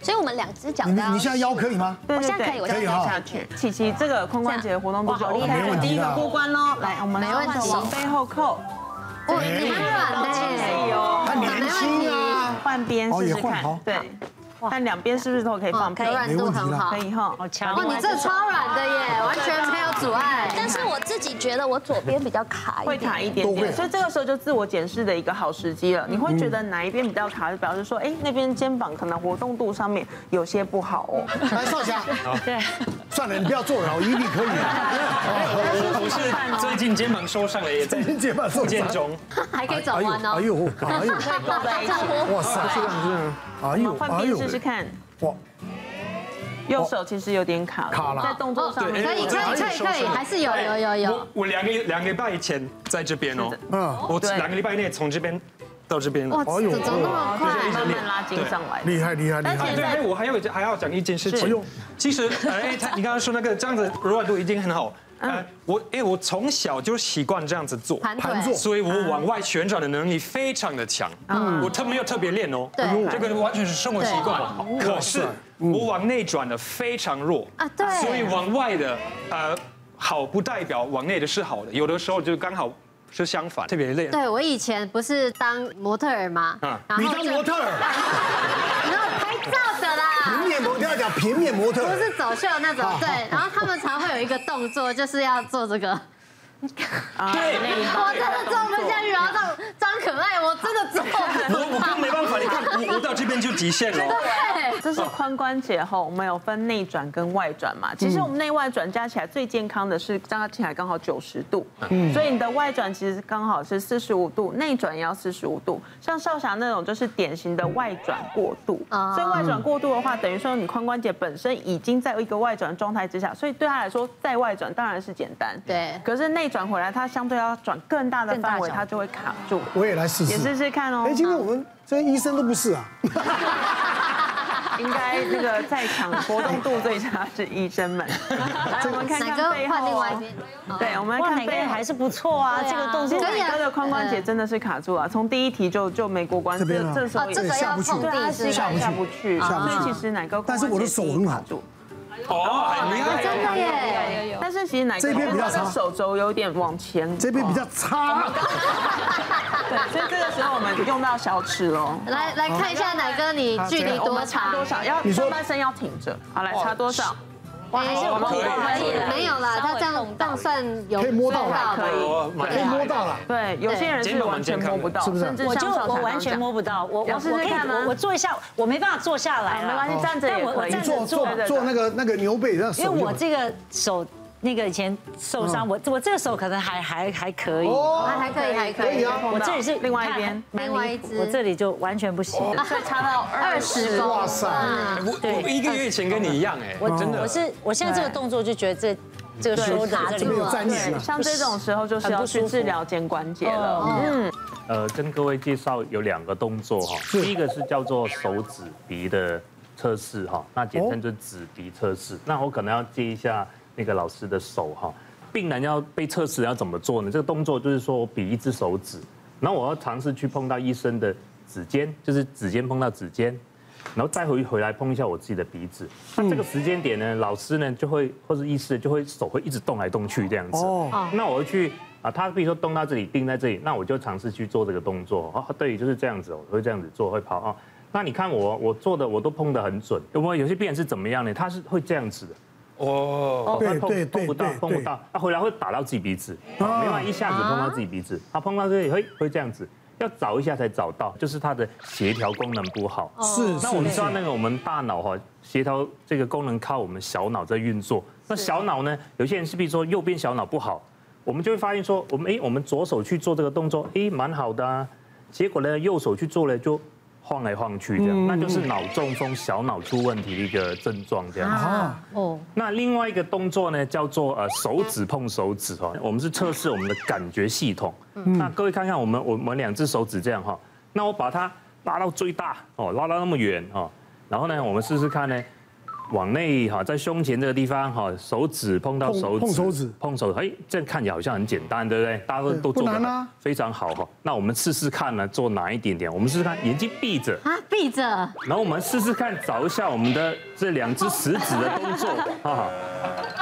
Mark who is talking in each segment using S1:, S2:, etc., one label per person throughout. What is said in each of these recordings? S1: 所以我们两只脚都
S2: 你
S1: 要
S2: 你现在腰可以吗？
S3: 对嗯对
S1: 我现在可以我
S3: 对，嗯
S2: 在
S1: 现
S2: 可以
S3: 走
S2: 哈
S3: 下去。琪琪，这个髋关节活动度就
S1: 哇好厉
S3: OK
S1: 害
S3: 了，我第一
S2: 啊
S3: 个过关喽。来，我们
S1: 没
S3: 来
S1: 问题
S3: 换手背后扣，
S1: 我你蛮软
S3: 哎
S1: 的，
S3: 呦，
S2: 他年轻啊，
S3: 换边试
S2: 哦
S3: 试
S2: 也换
S3: 看
S2: 好，
S3: 对，但两边是不是都可以放
S1: 哦可以
S3: 平？
S1: 软度很好
S3: 可。以哈，
S4: 好强
S1: 哦哇，你这超软的耶，完全没有阻碍。但是我自己觉得我左边比较卡一
S3: 会
S1: 点，
S3: 卡一点
S2: 都会
S3: 点，所以这个时候就自我检视的一个好时机了。你会觉得哪一边比较卡，就表示说，哎，那边肩膀可能活动度上面有些不好哦。
S2: 来少侠，
S4: 对，
S2: 算了，你不要做了，我一定可以的。哦
S4: 我同事最近肩膀受伤了，也在
S2: 肩膀受伤
S4: 复健中。
S1: 还可以走
S2: 哎呦
S1: 弯哦
S2: 哎。呦，哎呦，
S3: 在一起
S2: 哇塞，这样子，哎呦，
S3: 换
S2: 哎
S3: 边
S2: 呦
S3: 试，试看，
S2: 哇，
S3: 右手其实有点卡了，
S2: 卡了
S3: 在动作上面
S1: 可以可以可以可以，还是有有有有
S4: 我。我两个两个礼拜前在这边哦，
S2: 嗯，
S4: 我
S3: 对
S4: 两个礼拜内从这边到这边
S1: 哇，
S4: 了。
S1: 怎么那么快？
S3: 慢慢拉筋上来。
S2: 厉害厉害厉
S3: 但
S4: 哎
S3: 是
S2: 害，
S4: 对，哎，我还有还要讲一件事
S2: 是哎呦
S4: 情。其实，哎，他你刚刚说那个这样子柔软度已经很好。哎，我哎，我从小就习惯这样子做，
S1: 嗯盘
S2: 盘
S1: 腿
S2: 坐，
S4: 所以我往外旋转的能力非常的强。我特没有特别练哦，
S1: 嗯对
S4: 这个完全是生活习惯。可是我往内转的非常弱
S1: 啊对
S4: 所以往外的呃好不代表往内的是好的，有的时候就刚好是相反，特别累。
S1: 对我以前不是当模特儿嘛
S4: 嗯，
S1: 然
S2: 你
S1: 后
S2: 当
S1: 就
S2: 模特儿，
S1: 然后拍照的啦。
S2: 平面模特要讲平面模特
S1: 啊不
S2: 儿，
S1: 是走秀那种，对，然后他们才会有一个动作，就是要做这个。我真的
S4: 对，
S1: 做不下去，然后装装可爱，我真的做
S4: 我
S1: 不
S4: 我刚没办法，你看我我到这边就极限 了。
S1: 对，
S3: 这是髋关节后，我们有分内转跟外转嘛。其实我们内外转加起来最健康的是加起来刚好九十度，所以你的外转其实刚好是四十五度，内转也要四十五度。像少侠那种就是典型的外转过度，
S1: 哦
S3: 所以外转过度的话，等于说你髋关节本身已经在一个外转状态之下，所以对他来说再外转当然是简单，
S1: 对
S3: 可是内转回来，他相对要转更大的
S5: 更大
S3: 范围，
S5: 角度
S3: 他就会卡住。
S2: 我也来试
S3: 也试
S2: 试。
S3: 试看哦
S2: 哎，，今天我们这医生都不是啊，
S3: 应该那个在场活动度最差是医生们。来，我们看
S1: 奶
S3: 看
S1: 哥
S3: 背
S1: 换另
S3: 后
S1: 外一
S3: 哦。
S1: 边，
S3: 对，我们来
S5: 哇，
S3: 看
S5: 哪个
S3: 背
S5: 人
S3: 后
S5: 还。是不错啊，
S1: 对啊
S5: 这个动
S3: 其实
S5: 作
S1: 可以啊
S3: 奶哥的髋关节真的是卡住了，啊从第一题就就没过关，
S2: 这边啊
S3: 这时候
S1: 哦，这
S3: 也
S1: 个要碰
S3: 对啊，
S1: 地
S3: 膝
S1: 是
S3: 盖
S1: 吧
S3: 下不去，啊
S2: 下
S1: 不去
S3: 所以其实奶哥髋关节
S2: 但是我的手很好
S3: 自己卡住，
S4: 哦，很厉害。
S1: 真的耶，
S3: 但是其实奶哥
S2: 这边比较
S3: 他的
S2: 差
S3: 手肘有点往前，
S2: 这边比较差，
S3: 对，所以这个时候我们用到小尺喽。
S1: 来来看一下奶哥你距离
S3: 我
S1: 多
S3: 们插
S1: 长？
S3: 哦多少？要
S2: 你说
S3: 上半身要挺着。好，来插多少？
S1: 哇，还是
S4: 我们可以
S1: 没有啦，他这样这样算有
S2: 可以摸到啦
S1: 吧
S3: 可以
S4: 我
S2: 可以摸到了，
S3: 对，有些人
S4: 肩
S3: 是
S4: 膀
S3: 完全
S4: 蛮健
S3: 摸
S4: 康的
S3: 不到，
S2: 是不是
S3: 甚至
S5: 我
S3: 像
S5: 就
S3: 少侠
S5: 我
S3: 刚
S5: 完
S3: 刚
S5: 全
S3: 讲
S5: 摸不到，我
S3: 要
S5: 我
S3: 试试
S5: 我可以
S3: 看吗
S5: 我我坐一下，我没办法坐下来
S3: 啊
S5: 了，
S3: 没关系，站着也
S5: 但我
S3: 可以。
S5: 站着
S2: 做
S5: 对
S2: 做
S5: 对
S2: 做那个那个牛背，让手
S5: 因为我
S2: 就
S5: 这个手那个以前受
S3: 嗯
S5: 伤，我我这个手可能还还还可以，
S1: 还还可以还可
S2: 可以
S1: 以，
S2: 啊，
S5: 我这里是
S3: 哦另外一边 哦
S5: 你看
S1: 另外一只
S5: 我这里就完全不行。
S3: 所以插到
S1: 二
S3: 二
S1: 十
S3: 十
S1: 公
S2: 哇
S1: 分，
S2: 塞
S4: 我我一个月前跟你一样哎，
S5: 我
S4: 真的
S5: 我是我现在这个动作就觉得这这个手指这
S2: 这边
S5: 里
S2: 有粘连
S3: 对，
S2: 啊，
S3: 像这种时候就是要去治疗肩关节
S5: 嗯
S3: 了。
S6: 呃，跟各位介绍有两个动作哈，第一个是叫做手指鼻的测试哈，那简称就是指鼻测试。那我可能要接一下那个老师的手哈，病人要被测试要怎么做呢？这个动作就是说我比一只手指，然后我要尝试去碰到医生的指尖，就是指尖碰到指尖，然后再回回来碰一下我自己的鼻子。那
S2: 嗯
S6: 这个时间点呢，老师呢就会或是医师就会手会一直动来动去这样子。
S2: 哦
S6: 哦，那我会去啊，他比如说动到这里，定在这里，那我就尝试去做这个动作。哦，对，就是这样子，我会这样子做，会跑哦。那你看我我做的我都碰得很准，有没有？有些病人是怎么样呢？他是会这样子的，
S4: 哦，
S2: 对
S6: 他碰
S2: 对对
S6: 碰不到
S2: 对，
S6: 碰不到，他回来会打到自己鼻子，哦
S2: 啊
S6: 没办法，一下子碰到自己鼻子，他碰到这里，嘿，会这样子，要找一下才找到，就是他的协调功能不好。
S2: 是
S6: 那我们知道
S2: 是，
S6: 那个我们大脑哈、协调这个功能靠我们小脑在运作。那小脑呢，有些人是比如说右边小脑不好，我们就会发现说，我们哎，我们左手去做这个动作，哎，蛮好的啊。结果呢，右手去做了就晃来晃去
S2: 嗯
S6: 这样，那就是脑中风、小脑出问题的一个症状这样子。
S2: 啊
S5: 哦，
S6: 那另外一个动作呢，叫做呃手指碰手指哦，我们是测试我们的感觉系统。
S2: 嗯
S6: 那各位看看我们我们两只手指这样哈，那我把它拉到最大哦，拉到那么远哦，然后呢，我们试试看呢，往内哈，在胸前这个地方哈，手指碰到
S2: 碰
S6: 手指，
S2: 碰手指
S6: 碰手指，哎，这样看起来好像很简单，对不对？大家都都
S2: 不
S6: 做
S2: 难
S6: 的
S2: 啊
S6: 非常好哈。那我们试试看呢，做哪一点点？我们试试看，眼睛闭着，
S1: 啊，闭着。
S6: 然后我们试试看，找一下我们的这两只食指的动作，哈哈。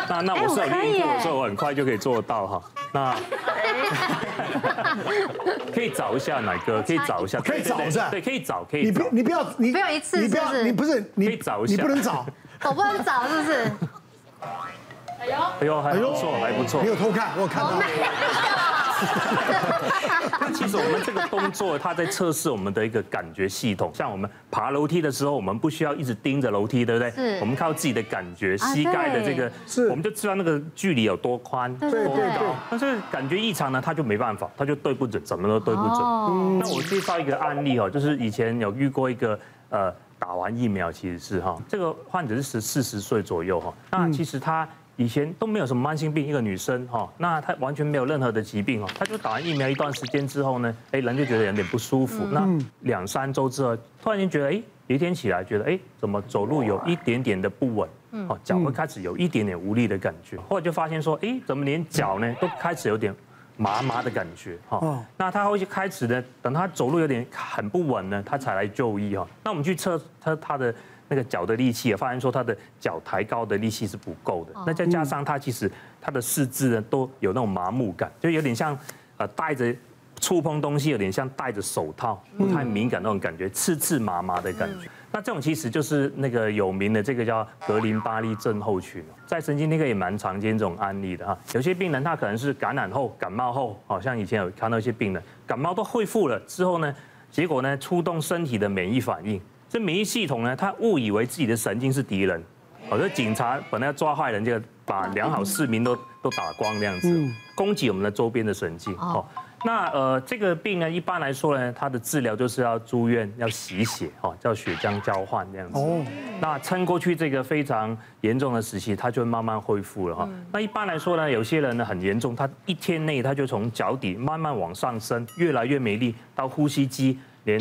S6: 那哎那我是有练过，所以我很快就可以做到哈。 那可以找一下哪个？可以找一下，
S2: 可以
S6: 对对对
S2: 找一下
S6: 对，可以找，可以
S2: 你
S6: 找
S2: 不。你不要你
S1: 不要一次
S2: 你不要
S1: 是不是
S2: 你不是
S6: 可
S2: 你
S6: 以找一下
S2: 你不能找，
S1: 我不能找，是不是？
S6: 哎呦，还不错，还不错
S2: 你。有偷看，我有看到。
S6: 那其实我们这个动作，它在测试我们的一个感觉系统。像我们爬楼梯的时候，我们不需要一直盯着楼梯，对不对？
S1: 是
S6: 我们靠自己的感觉，
S1: 啊
S6: 膝盖的这个，
S2: 是
S6: 我们就知道那个距离有多宽、多
S1: 对对
S6: 高。但是感觉异常呢，它就没办法，它就对不准，怎么都对不准。那我介绍一个案例哦，就是以前有遇过一个呃，打完疫苗其实是哈，这个患者是十四十岁左右哈，那其实她以前都没有什么慢性病，一个女生哈，那她完全没有任何的疾病哦，她就打完疫苗一段时间之后呢，哎，人就觉得有点不舒服，那两三周之后，突然间觉得哎，有一天起来觉得哎，怎么走路有一点点的不稳。哦，脚会开始有一点点无力的感觉，后来就发现说，哎，怎么连脚呢都开始有点麻麻的感觉哈、
S2: 哦
S6: 那他会去开始呢，等他走路有点很不稳呢，他才来就医哈、那我们去测他他的那个脚的力气，也发现说他的脚抬高的力气是不够的。那再加上他其实他的四肢呢都有那种麻木感，就有点像呃戴着。触碰东西有点像戴着手套，不太敏感那种感觉，刺刺麻麻的感觉。那这种其实就是那个有名的这个叫格林巴利症候群，在神经内科也蛮常见这种案例的哈。有些病人他可能是感染后、感冒后，好像以前有看到一些病人感冒都恢复了之后呢，结果呢出动身体的免疫反应，这免疫系统呢，他误以为自己的神经是敌人，好像警察本来要抓嗯坏人，就把良好市民都都打光这样子，攻击我们的周边的神经。哦，那呃，这个病呢，一般来说呢，它的治疗就是要住院，要洗血，哦，叫血浆交换这样子。
S2: 哦
S6: 哦，那撑过去这个非常严重的时期，它就会慢慢恢复了哈。那一般来说呢，有些人呢很严重，他一天内他就从脚底慢慢往上升，越来越没力，到呼吸机连。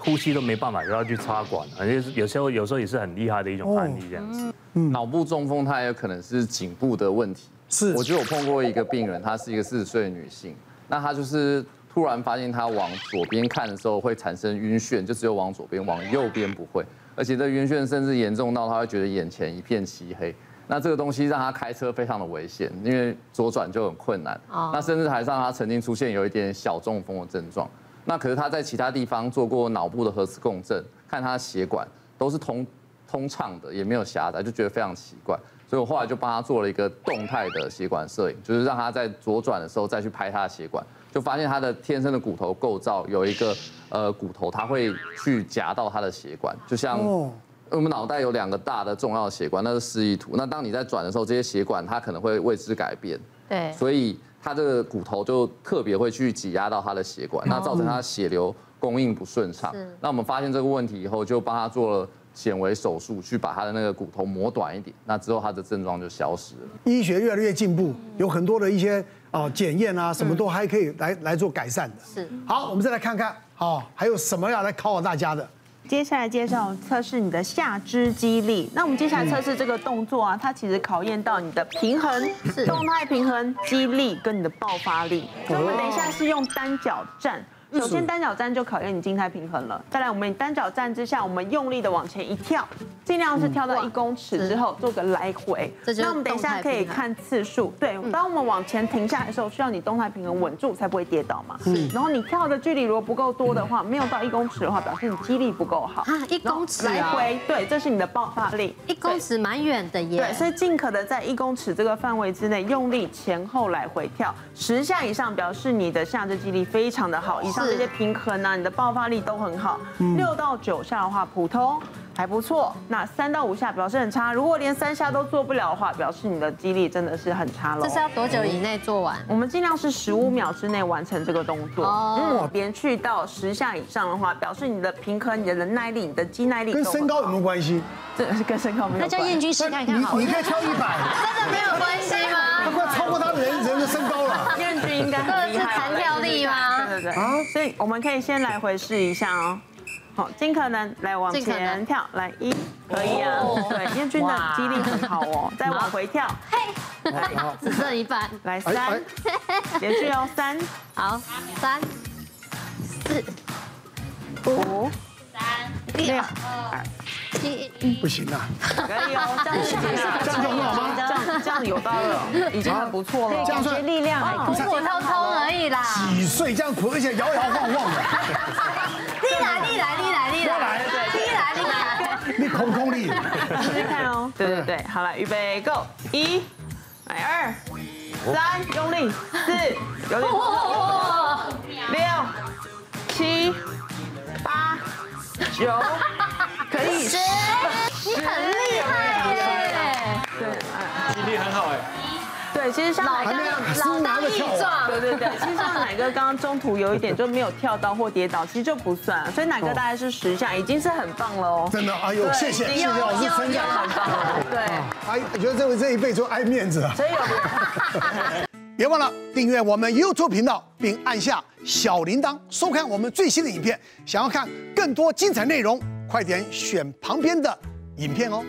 S6: 呼吸都没办法，然后去插管，而且有时候有时候也是很厉害的一种案例这样子。
S7: 脑部中风它也有可能是颈部的问题。
S2: 是
S7: 我就有碰过一个病人，她是一个四十岁的女性，那她就是突然发现她往左边看的时候会产生晕眩，就只有往左边，往右边不会，而且这晕眩甚至严重到她会觉得眼前一片漆黑。那这个东西让她开车非常的危险，因为左转就很困难。那甚至还让她曾经出现有一点小中风的症状。那可是她在其他地方做过脑部的核磁共振，看她的血管都是通通畅的，也没有狭窄，就觉得非常奇怪。所以我后来就帮他做了一个动态的血管摄影，就是让他在左转的时候再去拍他的血管，就发现他的天生的骨头构造有一个呃骨头，它会去夹到他的血管，就像
S2: 哦
S7: 我们脑袋有两个大的重要的血管，那是示意图。那当你在转的时候，这些血管它可能会位置改变，
S1: 对
S7: 所以他这个骨头就特别会去挤压到他的血管，那造成他血流供应不顺畅
S1: 是。
S7: 那我们发现这个问题以后，就帮他做了显微手术，去把他的那个骨头磨短一点。那之后他的症状就消失了。
S2: 医学越来越进步，有很多的一些啊检验啊，什么都还可以来来做改善的。
S1: 是
S2: 好，我们再来看看哦，还有什么要来考考大家的？
S3: 接下来介绍测试你的下肢肌力。那我们接下来测试这个动作啊，它其实考验到你的平衡
S1: 是、哦
S3: 动态平衡、肌力跟你的爆发力。所以我们等一下是用单脚站。首先单脚站就考验你静态平衡了，再来我们单脚站之下，我们用力的往前一跳，尽量是跳到一公尺之后做个来回。
S1: 这就是
S3: 那我们等一下可以看次数，对，
S1: 嗯
S3: 当我们往前停下来的时候，需要你动态平衡稳住，才不会跌倒嘛。
S1: 嗯
S3: 然后你跳的距离如果不够多的话，没有到一公尺的话，表示你肌力不够好。
S1: 啊，一公尺
S3: 来
S1: 啊，
S3: 回，对，这是你的爆发力。
S1: 一公尺蛮远的耶。
S3: 对，所以尽可的在一公尺这个范围之内用力前后来回跳十下以上，表示你的下肢肌力非常的好，以上
S1: 是嗯
S3: 这些平衡啊，你的爆发力都很好。六到九下的话，普通。还不错，那三到五下表示很差。如果连三下都做不了的话，表示你的肌力真的是很差喽
S1: 这。是要多久以内做完？
S3: 我们尽量是十五秒之内完成这个动作。
S1: 哦
S3: 嗯，连续到十下以上的话，表示你的平衡、你的忍耐力、你的肌耐力
S2: 跟
S3: 都很
S2: 身高有没有关系？
S3: 这是跟身高没有
S5: 那
S3: 关
S5: 叫燕君试看看好
S2: 你
S5: 了
S2: 你。可以跳一百，
S1: 真的没有关系吗？
S2: 他快超过他人人的身高 了。
S3: 燕君应该
S1: 这个
S3: 很厉
S1: 是
S3: 害
S1: 弹跳力吗？
S3: 对对对。
S2: 啊
S3: 所以我们可以先来回试一下哦。好，尽可能来往
S1: 尽可能哦
S3: 前跳，来一可以啊，对，燕君的肌力很好哦。再往回跳，
S1: 只剩一半，
S3: 来
S2: 哎
S3: 三，连续哦，三
S1: 好，三、四、
S3: 五，
S1: 六、七，
S2: 不行啊，
S3: 可以哦，这样子这样就很好吗？这样这样有到了，已经很不错了。
S2: 这样
S5: 感觉
S2: 算
S5: 力量还
S1: 普普通通而已啦。
S2: 几岁这样捆，而且摇摇晃晃的，
S1: 你来，你来，你来，你来，你来，你来。
S2: 你空空力，
S3: 试试看哦。对对对，好了，预备，Go！一，来二，三，用力，四，有力，六，七，八，九，可以，
S1: 十，你很厉害耶！
S4: 体力很好哎，
S3: 对，其实像
S1: 老
S3: 奶
S1: 当
S3: 哥。
S1: 老当益壮，
S3: 对对对，其实像奶哥刚刚中途有一点就没有跳到或跌倒，其实就不算，所以奶哥大概是十下，已经是很棒了哦。
S2: 真的，哎呦，谢谢，谢谢老师称赞。
S3: 很棒了，对，
S2: 哎，我觉得这这一辈子都爱面子啊。
S3: 所以有。
S2: 别忘了订阅我们 YouTube 频道，并按下小铃铛，收看我们最新的影片。想要看更多精彩内容，快点选旁边的影片哦。